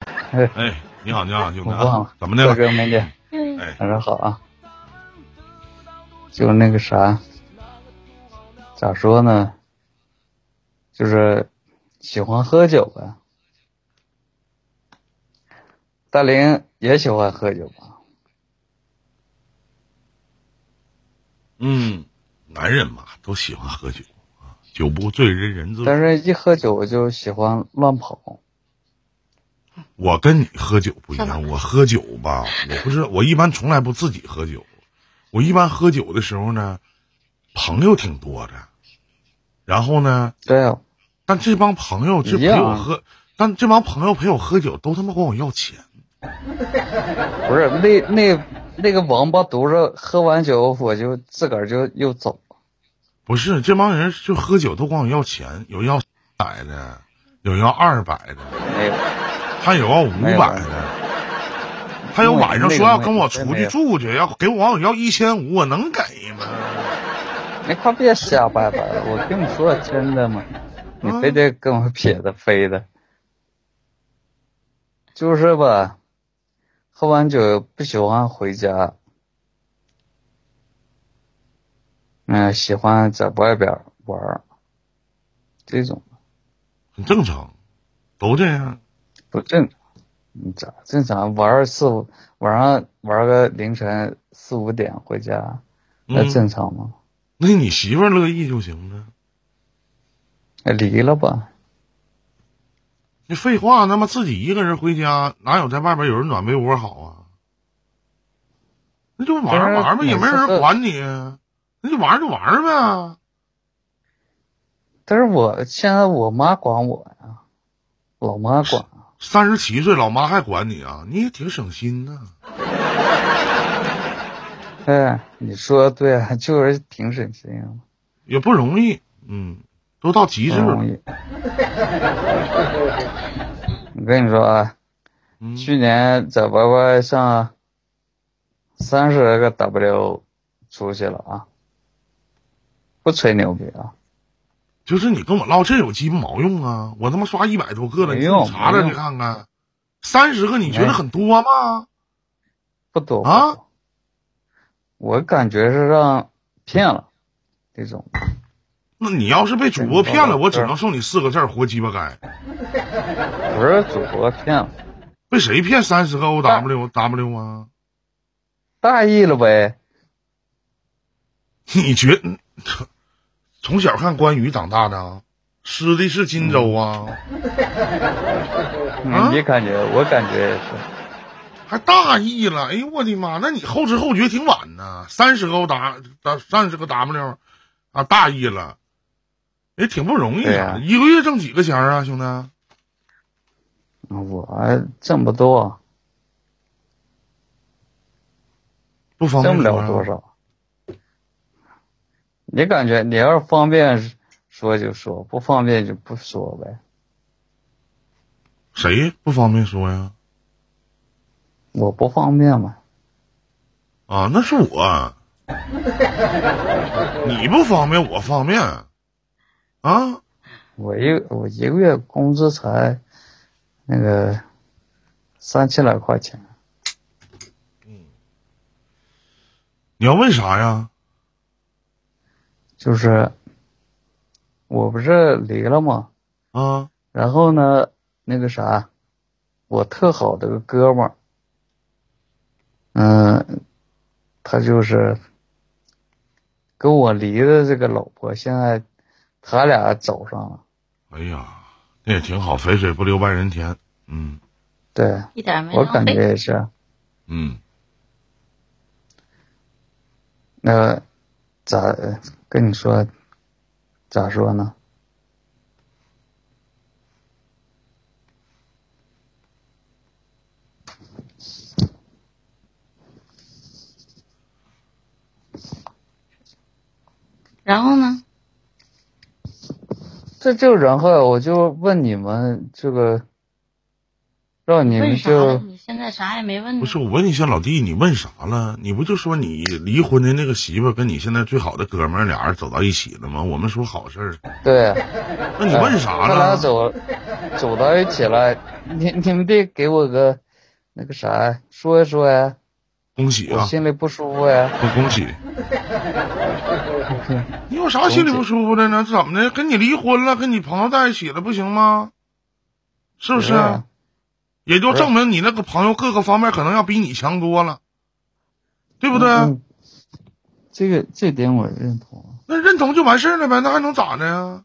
哎哎，你好，你好，兄弟我忘啊了，怎么的了？哥没给，嗯，哎，晚上好啊。就是那个啥，咋说呢？就是喜欢喝酒呗。大林也喜欢喝酒吧？嗯，男人嘛都喜欢喝酒啊，酒不醉人人醉。但是一喝酒我就喜欢乱跑。我跟你喝酒不一干样，嗯嘛我喝酒吧，我不知道，我一般从来不自己喝酒，我一般喝酒的时候呢，朋友挺多的，然后呢，对啊，但这帮朋友就一陪样我啊喝，但这帮朋友陪我喝酒都他妈管我要钱，不是那那那个王八犊子，喝完酒我就自个儿就又走了。不是这帮人就喝酒都管我要钱，有要百的，有要二百的，没有，还有要五没有百的。还有晚上说要跟我出那个没去有住去，要给我要一千五，我能给吗？你快别瞎掰掰了！我跟你说真的嘛，你非得跟我撇的飞的，就是吧，喝完酒不喜欢回家，嗯、喜欢在外边玩儿，这种很正常，都这样。不正常。你咋正常玩儿四五晚上玩个凌晨四五点回家，那嗯正常吗？那你媳妇儿乐意就行呗。那哎离了吧，那废话，那么自己一个人回家，哪有在外边有人暖被窝好啊？那就玩儿但是玩儿呗，也没每次人都管你，啊那就玩儿就玩儿呗。但是我现在我妈管我呀，老妈管，三十七岁，老妈还管你啊？你也挺省心呐、哎，你说对啊，就是挺省心啊，也不容易。嗯，都到极不致了容。易。我跟你说啊，嗯，去年在 YY 上三十个 W 出去了啊，不吹牛逼啊，就是你跟我唠这有鸡巴毛用啊！我他妈刷一百多个了，没你自用己查查没去用看看。三十个你觉得很多吗？不多不啊多我感觉是让骗了，这种那你要是被主播没骗了，用我只是能送你四个字儿：活鸡巴该。不是主播骗了，被谁骗三十个 O W W 啊？大意了呗。你觉嗯从小看关羽长大的啊，吃的是荆州啊，啊嗯你感觉，我感觉也是。还大意了。哎呦我的妈！那你后知后觉挺晚呢，三十个 O W 三十个 W 啊，大意了，也挺不容易对啊。呀一个月挣几个钱啊，兄弟？我挣不多，不方便挣不说了呀多少。你感觉你要是方便说就说，不方便就不说呗。谁不方便说呀？我不方便嘛，啊，那是 我，你不方便，我方便啊。我一我一个月工资才那个三千来块钱，你要问啥呀？就是我不是离了吗？啊，然后呢，那个啥，我特好的个哥们儿，嗯、他就是跟我离的这个老婆，现在他俩找上了，哎呀，那也挺好，肥水不流外人田。嗯对一点没哎我浪感觉费。也是，嗯，那、咋跟你说，咋说呢？然后呢？这就然后我就问你们这个，让你们问啥了？就你现在啥也没问不呢。是，我问一下老弟，你问啥了？你不就说你离婚的那个媳妇儿跟你现在最好的哥们儿俩人走到一起了吗？我们说好事儿，对，那你问啥他俩了？走，走到一起了，你你们得给我个那个啥说一说呀，恭喜我啊，心里不舒服呀。恭恭喜！你有啥心里不舒服的呢？怎么的？跟你离婚了，跟你朋友在一起了，不行吗？是不是？啊也就不是证明你那个朋友各个方面可能要比你强多了，对不对？嗯这个这点我认同。啊那认同就完事儿了呗，那还能咋的呀？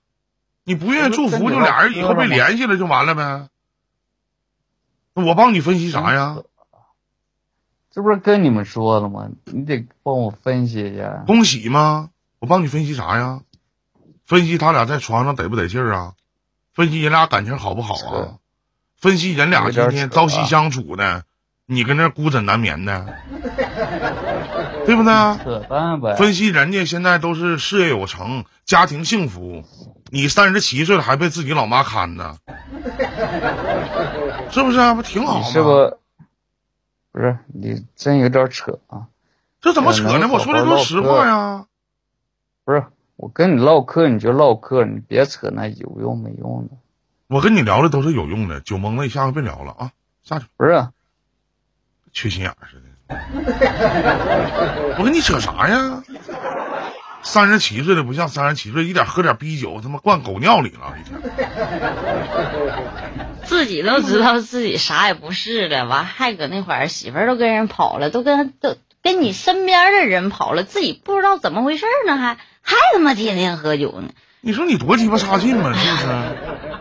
你不愿意祝福，就俩人以后别联系了就完了呗。那我帮你分析啥呀？？这不是跟你们说了吗？你得帮我分析一下。恭喜吗？我帮你分析啥呀？分析他俩在床上得不得劲儿啊？分析人俩感情好不好是啊？分析人俩今有天点扯啊朝夕相处的，你跟那儿孤枕难眠 的，对不对？啊扯淡呗。分析人家现在都是事业有成，家庭幸福，你三十七岁了还被自己老妈看 着，是不是、啊？不挺好你吗？是不？不是你真有点扯啊！这怎么扯嗯呢？我说的都是实话呀。不是我跟你唠嗑你就唠嗑，你别扯那有用没用的。我跟你聊的都是有用的，酒蒙了，下回别聊了啊，下去吧不是缺心眼儿似的。我跟你扯啥呀？三十七岁的不像三十七岁，一点喝点逼酒，他妈灌狗尿里了，一天。自己都知道自己啥也不是了，完还搁那会儿媳妇儿都跟人跑了，都跟都跟你身边的人跑了，自己不知道怎么回事儿呢，还还他妈天天喝酒呢。你说你多鸡巴差劲嘛，是不是？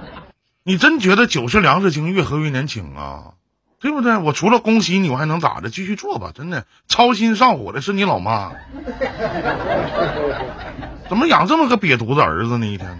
你真觉得酒是粮食精，越喝越年轻啊，对不对？我除了恭喜你，我还能咋的？继续做吧，真的。操心上火的是你老妈，怎么养这么个瘪犊子儿子呢？一天，